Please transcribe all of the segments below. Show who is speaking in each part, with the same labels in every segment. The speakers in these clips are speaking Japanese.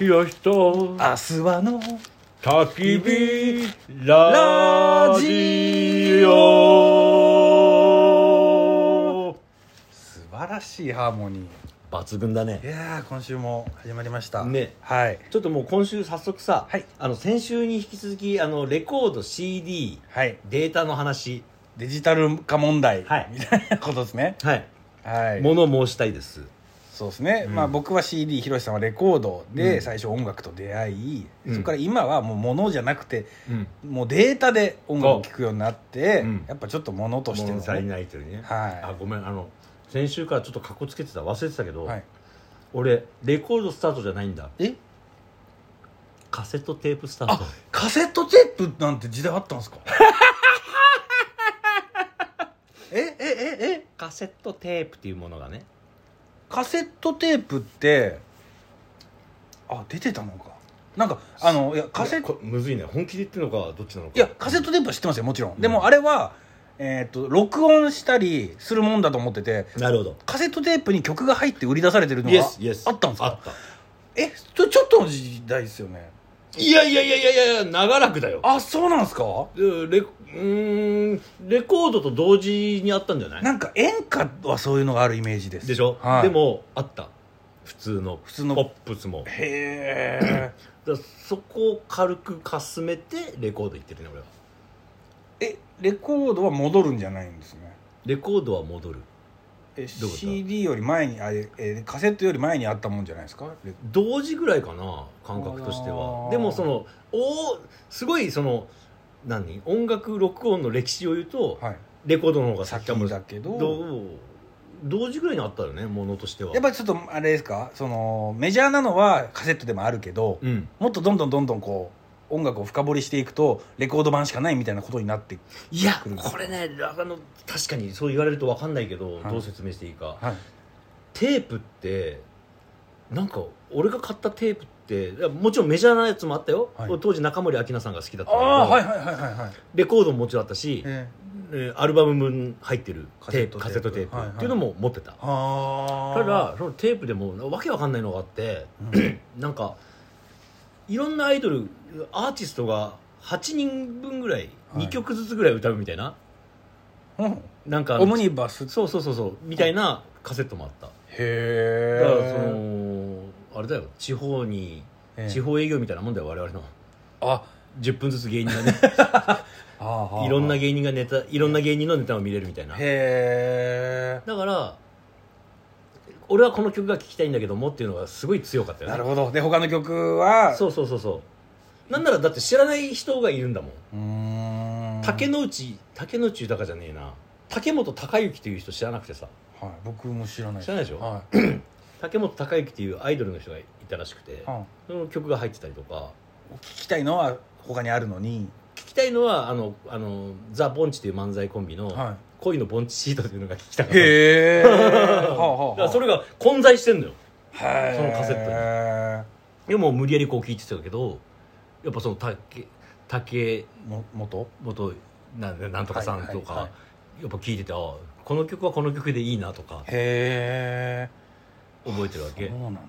Speaker 1: 冷やした
Speaker 2: 明日はの
Speaker 1: 焚き火ラジオ
Speaker 2: 素晴らしいハーモニ
Speaker 3: 抜群だね
Speaker 2: ーいやー今週も始まりました
Speaker 3: ね
Speaker 2: はい
Speaker 3: ちょっともう今週早速さ、
Speaker 2: はい
Speaker 3: あの先週に引き続きあのレコード CD
Speaker 2: はい
Speaker 3: データの話
Speaker 2: デジタル化問題、
Speaker 3: はい
Speaker 2: みたいなことですね
Speaker 3: はい、
Speaker 2: はい
Speaker 3: もの申したいです
Speaker 2: そうですね、まあ僕は CD ひろしさんはレコード
Speaker 3: う
Speaker 2: で
Speaker 3: ん
Speaker 2: 最初音楽と出会い、
Speaker 3: うん
Speaker 2: そこから今はもう物じゃなくて
Speaker 3: うん
Speaker 2: もうデータで音楽を聴くようになって、
Speaker 3: うん
Speaker 2: やっぱちょっと物としての
Speaker 3: 物足り
Speaker 2: ね
Speaker 3: ないというね、あ
Speaker 2: は
Speaker 3: ごめんあの先週からちょっとかっこつけてた忘れてたけ
Speaker 2: い、
Speaker 3: ど、
Speaker 2: はい、
Speaker 3: 俺レコードスタートじゃないんだ
Speaker 2: え
Speaker 3: カセットテープスタート
Speaker 2: あカセットテープなんて時代あったんですかええええ
Speaker 3: カセットテープっていうものがね
Speaker 2: カセットテープってあ出てたのかなんかあのいやカセット
Speaker 3: いやこむずいね本気で言ってるのかどっちなのか
Speaker 2: いやカセットテープは知ってますよもちろん、
Speaker 3: ん
Speaker 2: でもあれは、えー、と録音したりするもんだと思ってて
Speaker 3: なるほど
Speaker 2: カセットテープに曲が入って売り出されてるの
Speaker 3: イエ
Speaker 2: が
Speaker 3: スイエス
Speaker 2: あったんです
Speaker 3: あ
Speaker 2: か
Speaker 3: った
Speaker 2: えちょちょっとの時代ですよね
Speaker 3: いやいやいやいやいや長らくだよ
Speaker 2: あそうなんですか
Speaker 3: でレうーんレコードと同時にあったんじゃない
Speaker 2: なんか演歌はそういうのがあるイメージです
Speaker 3: でしょ、
Speaker 2: はい、
Speaker 3: でもあった普通の
Speaker 2: 普通の
Speaker 3: ポップスも
Speaker 2: へえ
Speaker 3: だからそこを軽くかすめてレコード行ってるね俺は
Speaker 2: えレコードは戻るんじゃないんですね
Speaker 3: レコードは戻る
Speaker 2: え
Speaker 3: どういうこと
Speaker 2: CD より前にあええカセットより前にあったもんじゃないですかレ
Speaker 3: 同時ぐらいかな感覚として
Speaker 2: あ
Speaker 3: は
Speaker 2: ー
Speaker 3: でもそのおーすごいその何音楽録音の歴史を言うと、
Speaker 2: はい
Speaker 3: レコードの方が先かも
Speaker 2: 先
Speaker 3: しれ
Speaker 2: だ
Speaker 3: ない
Speaker 2: け
Speaker 3: ど
Speaker 2: ど
Speaker 3: う同時ぐらいにあったよねものとしては
Speaker 2: やっぱりちょっとあれですかそのメジャーなのはカセットでもあるけど、
Speaker 3: うん
Speaker 2: もっとどんどんどんどんこう音楽を深掘りしていくとレコード版しかないみたいなことになって
Speaker 3: いや
Speaker 2: 来るんですか
Speaker 3: これねあの確かにそう言われると分かんないけど、
Speaker 2: はい
Speaker 3: どう説明していいか
Speaker 2: はい
Speaker 3: テープってなんか俺が買ったテープっていやもちろんメジャーなやつもあったよ、
Speaker 2: はい
Speaker 3: 当時中森明菜さんが好きだった
Speaker 2: あ
Speaker 3: んだけど
Speaker 2: あはいはいはいはいはい、
Speaker 3: レコードももちろんあったし、
Speaker 2: え
Speaker 3: えーアルバム分入ってる
Speaker 2: カ
Speaker 3: テ
Speaker 2: セッ
Speaker 3: ープ
Speaker 2: ト
Speaker 3: カセットテープ
Speaker 2: はいはい
Speaker 3: っていうのも持ってた、
Speaker 2: ー、あ
Speaker 3: ただそのテープでもわけわかんないのがあって
Speaker 2: うん
Speaker 3: なんかいろんなアイドルアーティストが8人分ぐらい、
Speaker 2: は
Speaker 3: 2
Speaker 2: い
Speaker 3: 曲ずつぐらい歌うみたいな
Speaker 2: うん
Speaker 3: なんかあの
Speaker 2: オムニバス
Speaker 3: そうそうそうそうみたいなカセットもあっただからそ
Speaker 2: へ
Speaker 3: のあれだよ地方に
Speaker 2: え
Speaker 3: 地方営業みたいなもんだよ我々の
Speaker 2: あ
Speaker 3: 10分ずつ芸人がね
Speaker 2: あ
Speaker 3: いろんな
Speaker 2: へ
Speaker 3: 芸人がネタいろんな芸人のネタを見れるみたいな
Speaker 2: え
Speaker 3: だから俺はこの曲が聴きたいんだけどもっていうのがすごい強かったよね
Speaker 2: なるほどで他の曲は
Speaker 3: そうそうそうそうなんならだって知らない人がいるんだもん
Speaker 2: うーん
Speaker 3: 竹之内竹之内豊じゃねえな竹本隆之という人知らなくてさ
Speaker 2: はい僕も知らない
Speaker 3: 知らないでしょ
Speaker 2: はい、
Speaker 3: 竹本隆之っていうアイドルの人がいたらしくて
Speaker 2: うん
Speaker 3: その曲が入ってたりとか
Speaker 2: 聞きたいのは他にあるのに、
Speaker 3: 聞きたいのはあのあのザ・ボンチという漫才コンビの「恋のボンチシート」というのが聞きたかった、
Speaker 2: へ え
Speaker 3: だからそれが混在してんのよそ
Speaker 2: そ
Speaker 3: のカセットにでも無理やりこう聞いてたけどやっぱその竹竹
Speaker 2: も元
Speaker 3: 本なんなんとかさんとか、
Speaker 2: はいはいは
Speaker 3: やっぱ聞いててあこの曲はこの曲でいいなとか
Speaker 2: へ
Speaker 3: 覚えてるわ
Speaker 2: え
Speaker 3: け
Speaker 2: そうなんだ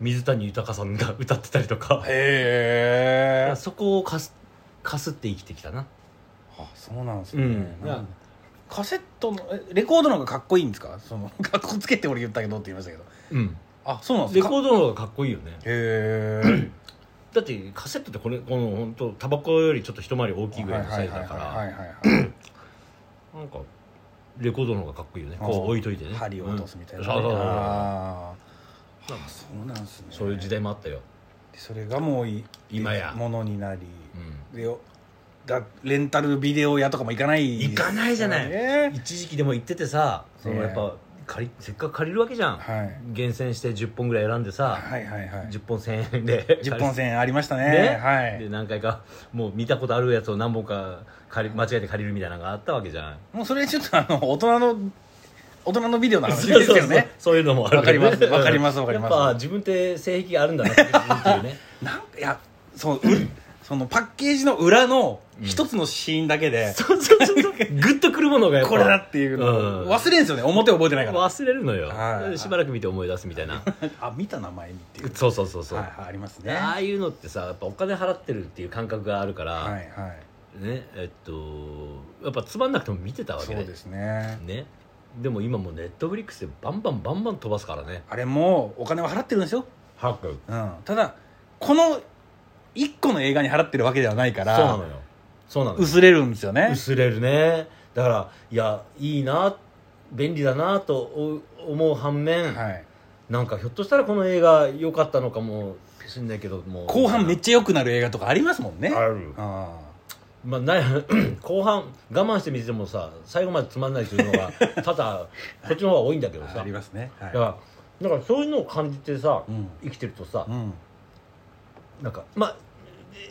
Speaker 3: 水谷豊さんが歌ってたりとかだか
Speaker 2: へえ
Speaker 3: らそこをかすかすって生きてきたな
Speaker 2: あそうなんです
Speaker 3: う
Speaker 2: ね、
Speaker 3: ん
Speaker 2: なんだカセットのえレコードの方がかっこいいんですかその かっこつけて俺言ったけどって言いましたけど
Speaker 3: うん
Speaker 2: あそうなんで
Speaker 3: レ
Speaker 2: すか
Speaker 3: コードの方がかっこいいよね
Speaker 2: へえ
Speaker 3: だってカセットってこれこの本当タバコよりちょっと一回り大きいぐらいのサイズだか
Speaker 2: はい
Speaker 3: ら
Speaker 2: はいはいはいはい
Speaker 3: なんかレコードの方がかっこいいよねこう置いといてね
Speaker 2: 針を落とすみたいな、
Speaker 3: うんそうそうそう
Speaker 2: あーあそうなんですね
Speaker 3: そういう時代もあったよ
Speaker 2: でそれがもうい
Speaker 3: 今や
Speaker 2: ものになり、
Speaker 3: うん
Speaker 2: でよだレンタルビデオ屋とかも行かないですよね、
Speaker 3: 行かないじゃない
Speaker 2: い
Speaker 3: 一時期でも行っててさそのやっぱ借りせっかく借りるわけじゃん
Speaker 2: はい
Speaker 3: 厳選して10本ぐらい選んでさ
Speaker 2: はいはいはい
Speaker 3: 10本1000円 で
Speaker 2: 10本線ありましたね
Speaker 3: ね
Speaker 2: は
Speaker 3: で
Speaker 2: い
Speaker 3: 何回かもう見たことあるやつを何本か借り間違えて借りるみたいなのがあったわけじゃん
Speaker 2: もうそれちょっとあの大人の大人のビデオの話ですよね
Speaker 3: そういうのもあるよね
Speaker 2: わかりますわかりますわかります
Speaker 3: やっぱ自分って性癖があるんだなっていうね
Speaker 2: なんかいやそううそのパッケージの裏の一つのシーンだけで、
Speaker 3: そうそうそうそうグッとくるものがやっぱ
Speaker 2: これだっていうの
Speaker 3: う
Speaker 2: を
Speaker 3: ん
Speaker 2: 忘れんすよね表覚えてないから
Speaker 3: 忘れるのよ
Speaker 2: はい
Speaker 3: しばらく見て思い出すみたいな
Speaker 2: あ見た名前にっていう
Speaker 3: そうそうそうそう、
Speaker 2: はいはいありますね
Speaker 3: あ
Speaker 2: は
Speaker 3: あいうのってさやっぱお金払ってるっていう感覚があるから、
Speaker 2: いはい
Speaker 3: ねえっとやっぱつまんなくても見てたわ
Speaker 2: そ
Speaker 3: け
Speaker 2: う
Speaker 3: ね
Speaker 2: ですね
Speaker 3: ねでも今もうネットフリックスでバンバンバンバン飛ばすからね
Speaker 2: あれもお金は払ってるんですよ、
Speaker 1: ハック
Speaker 2: うん、ただこの一個の映画に払ってるわけではないか
Speaker 3: そうな
Speaker 2: ら
Speaker 3: のよそうなのよ
Speaker 2: 薄れるんですよね
Speaker 3: 薄れるねだからいやいいな便利だなとお思う反面、
Speaker 2: はい、
Speaker 3: なんかひょっとしたらこの映画良かったのかもしんないけどもう
Speaker 2: 後半めっちゃ良くなる映画とかありますもんね
Speaker 1: ある
Speaker 2: あ
Speaker 3: まあ、ない 後半我慢して見ててもさ最後までつまんないっていうの が多々こっちの方が多いんだけど
Speaker 2: あ
Speaker 3: さ
Speaker 2: ありますね、は
Speaker 3: だ
Speaker 2: い
Speaker 3: からだからそういうのを感じてさ、
Speaker 2: うん
Speaker 3: 生きてるとさ、
Speaker 2: うん、
Speaker 3: なんかまあ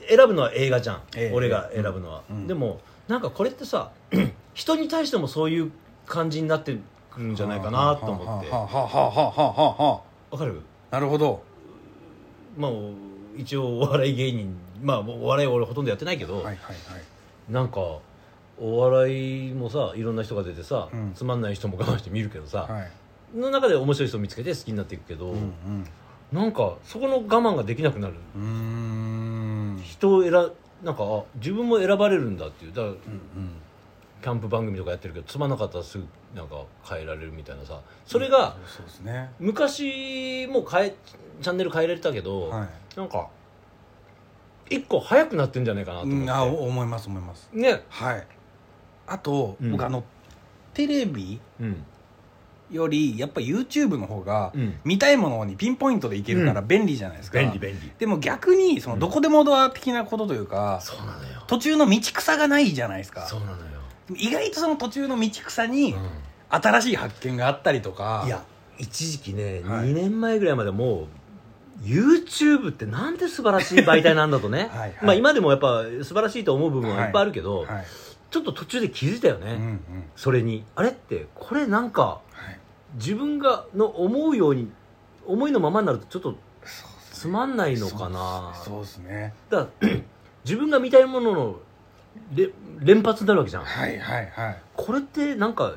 Speaker 3: 選ぶのは映画じゃん、
Speaker 2: ええ
Speaker 3: 俺が選ぶのは、
Speaker 2: うんうん
Speaker 3: でもなんかこれってさ 人に対してもそういう感じになってくるんじゃないかなと思って
Speaker 2: はあはあはあはあはあはあは
Speaker 3: わかる
Speaker 2: あなるほど
Speaker 3: まあ一応お笑い芸人まあお笑い俺ほとんどやってないけど、
Speaker 2: はいはいはい
Speaker 3: なんかお笑いもさいろんな人が出てさ、
Speaker 2: うん
Speaker 3: つまんない人も我慢して見るけどさ、
Speaker 2: はい
Speaker 3: の中で面白い人を見つけて好きになっていくけど、
Speaker 2: うん
Speaker 3: なんかそこの我慢ができなくなる
Speaker 2: うんうーん
Speaker 3: 人を選なんかあ自分も選ばれるんだっていうだから
Speaker 2: うんうん
Speaker 3: キャンプ番組とかやってるけどつまんなかったらすぐなんか変えられるみたいなさそれが
Speaker 2: そうですね
Speaker 3: 昔もう変えチャンネル変えられたけど、
Speaker 2: は
Speaker 3: なんか一個早くなってんじゃないかなと
Speaker 2: い
Speaker 3: 思
Speaker 2: う
Speaker 3: って、
Speaker 2: んあお思います思います
Speaker 3: ね
Speaker 2: はいあと、
Speaker 3: うん
Speaker 2: 僕あのテレビ
Speaker 3: うん
Speaker 2: よりやっぱ YouTube の方が、
Speaker 3: うん
Speaker 2: 見たいものにピンポイントでいけるから便利じゃないですか、
Speaker 3: 便利便利
Speaker 2: でも逆にそのどこでもドア的なことというか、
Speaker 3: そうなのよ
Speaker 2: 途中の道草がないじゃないですか
Speaker 3: そうなのよ、
Speaker 2: 意外とその途中の道草に
Speaker 3: う
Speaker 2: 新しい発見があったりとか
Speaker 3: ん、いや一時期ね、
Speaker 2: はい
Speaker 3: 2年前ぐらいまでもう YouTube ってなんで素晴らしい媒体なんだとね
Speaker 2: はいはい
Speaker 3: まあ今でもやっぱ素晴らしいと思う部分はいっぱいあるけど、
Speaker 2: はい
Speaker 3: ちょっと途中で気づいたよね、
Speaker 2: うんうん
Speaker 3: それにあれってこれなんか
Speaker 2: はい
Speaker 3: 自分がの思うように思いのままになるとちょっと
Speaker 2: そうっすね
Speaker 3: つまんないのかな
Speaker 2: そうですね
Speaker 3: だから 自分が見たいもののれ連発になるわけじゃん
Speaker 2: はいはいはい
Speaker 3: これってなんか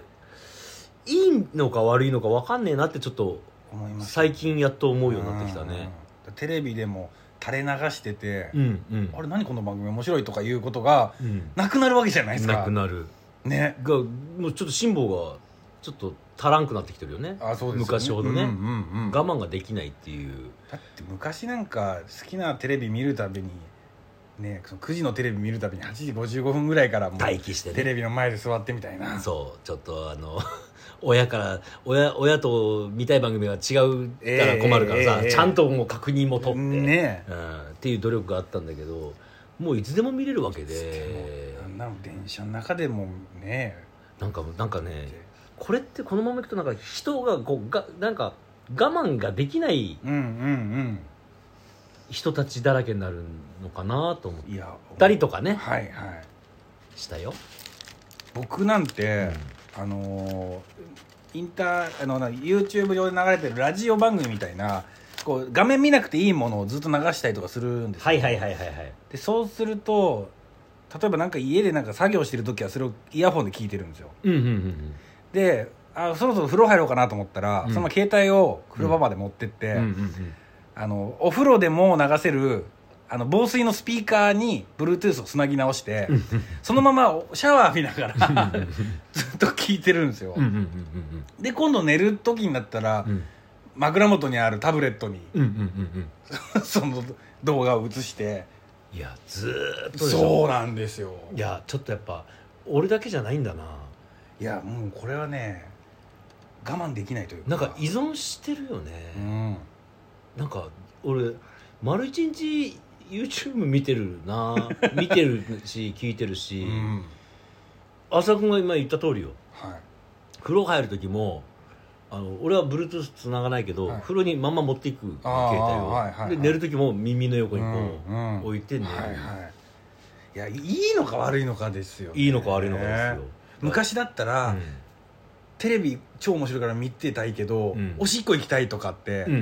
Speaker 3: いいのか悪いのか分かんねえなってちょっと
Speaker 2: 思います
Speaker 3: 最近やっと思
Speaker 2: 思
Speaker 3: うようになってきたね
Speaker 2: テレビでも垂れ流してて、
Speaker 3: うんうん
Speaker 2: あれ何この番組面白いとかいうことが
Speaker 3: うん
Speaker 2: なくなるわけじゃないです
Speaker 3: な
Speaker 2: か
Speaker 3: くなる
Speaker 2: ね
Speaker 3: がもうちょっと辛抱がちょっと足らんくなってきてるよね
Speaker 2: あそうですよ
Speaker 3: 昔ほどね
Speaker 2: うんうんうん
Speaker 3: 我慢ができないっていう
Speaker 2: だって昔なんか好きなテレビ見るたびにねその9時のテレビ見るたびに8時55分ぐらいからもう
Speaker 3: 待機して
Speaker 2: テ
Speaker 3: ね
Speaker 2: レビの前で座ってみたいな
Speaker 3: そうちょっとあの 親から親親と見たい番組が違うから困るからさ、
Speaker 2: ええええ
Speaker 3: ちゃんともう確認も取って、
Speaker 2: ね
Speaker 3: うん、っていう努力があったんだけどもういつでも見れるわけで
Speaker 2: えなんなの電車の中でもね
Speaker 3: なんかなんかねこれってこのままいくとなんか人がこうがなんか我慢ができない
Speaker 2: うんうん
Speaker 3: 人たちだらけになるのかなと思っ
Speaker 2: うんいや
Speaker 3: たりとかね
Speaker 2: はいはい
Speaker 3: したよ、
Speaker 2: 僕なん
Speaker 3: うん
Speaker 2: て、あのーインターあのな YouTube 上で流れてるラジオ番組みたいなこう画面見なくていいものをずっと流したりとかするんですよ
Speaker 3: はいはいはいはいはい
Speaker 2: でそうすると例えばなんか家でなんか作業してる時はそれをイヤホンで聞いてるんですよ
Speaker 3: うんうんうん
Speaker 2: であそろそろ風呂入ろうかなと思ったら、
Speaker 3: うん
Speaker 2: その携帯を風呂場まで持ってって、
Speaker 3: うんうんうん
Speaker 2: あのお風呂でも流せるあの防水のスピーカーに Bluetooth をつなぎ直して、
Speaker 3: うん
Speaker 2: そのままおシャワー浴びながら ずっと聞いてるんですよ、
Speaker 3: うんうんうんうん
Speaker 2: で今度寝る時になったら、
Speaker 3: うんうん
Speaker 2: 枕元にあるタブレットに
Speaker 3: うんうんうん
Speaker 2: その動画を映して
Speaker 3: うんいやずーっとでしょ
Speaker 2: そうなんですよ
Speaker 3: いやちょっとやっぱ俺だけじゃないんだない
Speaker 2: やもうこれはね我慢できないというか
Speaker 3: なんか依存してるよね、
Speaker 2: うん
Speaker 3: なんか俺丸一日 YouTube 見てる な見てるし聞いてる
Speaker 2: う
Speaker 3: し、
Speaker 2: ん
Speaker 3: 浅くんが今言った通りよ
Speaker 2: はい
Speaker 3: 風呂入る時もあの俺は Bluetooth つながないけど、
Speaker 2: はい
Speaker 3: 風呂にまんま持っていく携帯を、
Speaker 2: あーはいはいはい
Speaker 3: で寝る時も耳の横にこう、
Speaker 2: うんうん
Speaker 3: 置いて寝る、
Speaker 2: はいはいいやいいのか悪いのかですよね、
Speaker 3: い、いのか悪いのかですよ、
Speaker 2: 昔だったら、テレビ超面白いから見てたいけど、
Speaker 3: うん
Speaker 2: おしっこ行きたいとかって、
Speaker 3: うん、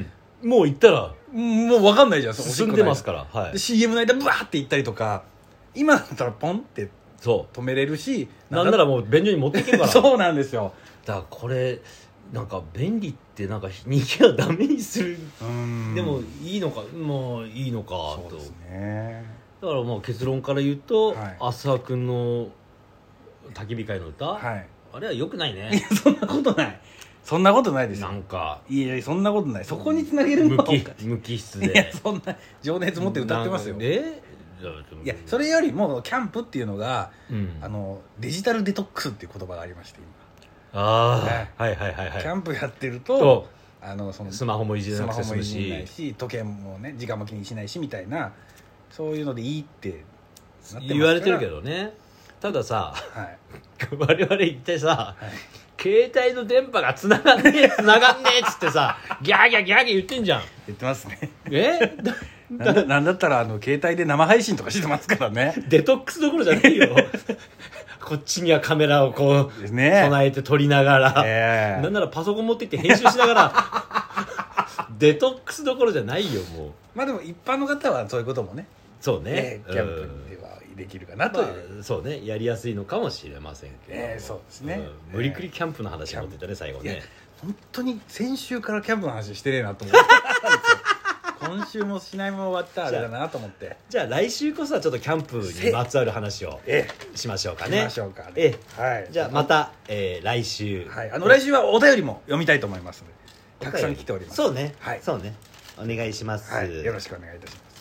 Speaker 3: うんもう行ったら
Speaker 2: もう分かんないじゃんそのおしっ
Speaker 3: 進ん
Speaker 2: この間
Speaker 3: でますからは
Speaker 2: で
Speaker 3: い
Speaker 2: CM の間ブワーって行ったりとか今だったらポンって
Speaker 3: そ
Speaker 2: 止めれるし
Speaker 3: うなんならもう便所に持っていけるから
Speaker 2: そうなんですよ
Speaker 3: だからこれなんか便利ってなんか人間はダメにする、
Speaker 2: うん
Speaker 3: でもいいのかもういいのか
Speaker 2: そう
Speaker 3: と
Speaker 2: ですね
Speaker 3: だからまあ結論から言うと、
Speaker 2: はい
Speaker 3: 浅輪君の焚き火会の歌、
Speaker 2: はい
Speaker 3: あれはよくないね
Speaker 2: そんなことないそんなことないですよ
Speaker 3: なんか
Speaker 2: いやいやそんなことないそこにつなげるの
Speaker 3: 無
Speaker 2: はおかし
Speaker 3: 機無機質
Speaker 2: いいや
Speaker 3: で
Speaker 2: そんな情熱持って歌ってますよ
Speaker 3: なん
Speaker 2: い
Speaker 3: でじゃあちょっと
Speaker 2: やそれよりもキャンプっていうのが
Speaker 3: うん
Speaker 2: あのデジタルデトックスっていう言葉がありまして
Speaker 3: ああ、はい、はいはいはい
Speaker 2: 今キャンプやってると
Speaker 3: と
Speaker 2: あのその
Speaker 3: スマホもいじれなくて済む
Speaker 2: スマホもいじれな
Speaker 3: し
Speaker 2: いし時計もね時間も気にしないしみたいなそういうのでいいってなってますから
Speaker 3: 言われてるけ、どねたださ
Speaker 2: はい
Speaker 3: 我々一体さ
Speaker 2: はい、
Speaker 3: 携帯の電波がつながんねえつながんねえっつってさギャーギャーギャーギャー言ってんじゃん
Speaker 2: 言ってますね
Speaker 3: えだ
Speaker 2: なんだなんだったらあの携帯で生配信とかしてますからね
Speaker 3: デトックスどころじゃない よこっちにはカメラをこう
Speaker 2: ね
Speaker 3: 備えて撮りながら、
Speaker 2: ええ
Speaker 3: なんならパソコン持って行って編集しなが らデトックスどころじゃないよもう
Speaker 2: まあでも一般の方はそういうこともね
Speaker 3: そうね
Speaker 2: ね、キャンプではできるかなと
Speaker 3: う
Speaker 2: い
Speaker 3: ん
Speaker 2: う、
Speaker 3: まあそうねやりやすいのかもしれませんけど、
Speaker 2: ええそうですね
Speaker 3: ん無理くりキャンプの話に持ってたね最後
Speaker 2: いや
Speaker 3: ね
Speaker 2: 本当に先週からキャンプの話してねえなと思って今週もしないまま終わったあれだなと思って
Speaker 3: じゃあ来週こそはちょっとキャンプにまつわる話を
Speaker 2: え
Speaker 3: しましょうか
Speaker 2: え
Speaker 3: ね
Speaker 2: 行きましょうかね
Speaker 3: え
Speaker 2: はい
Speaker 3: じゃあまた、えー来週
Speaker 2: はい、あの来週はお便りも読みたいと思いますのでたくさん来ております
Speaker 3: そうね、
Speaker 2: はい
Speaker 3: そうねお願いします、
Speaker 2: はい、よろしくお願いいたします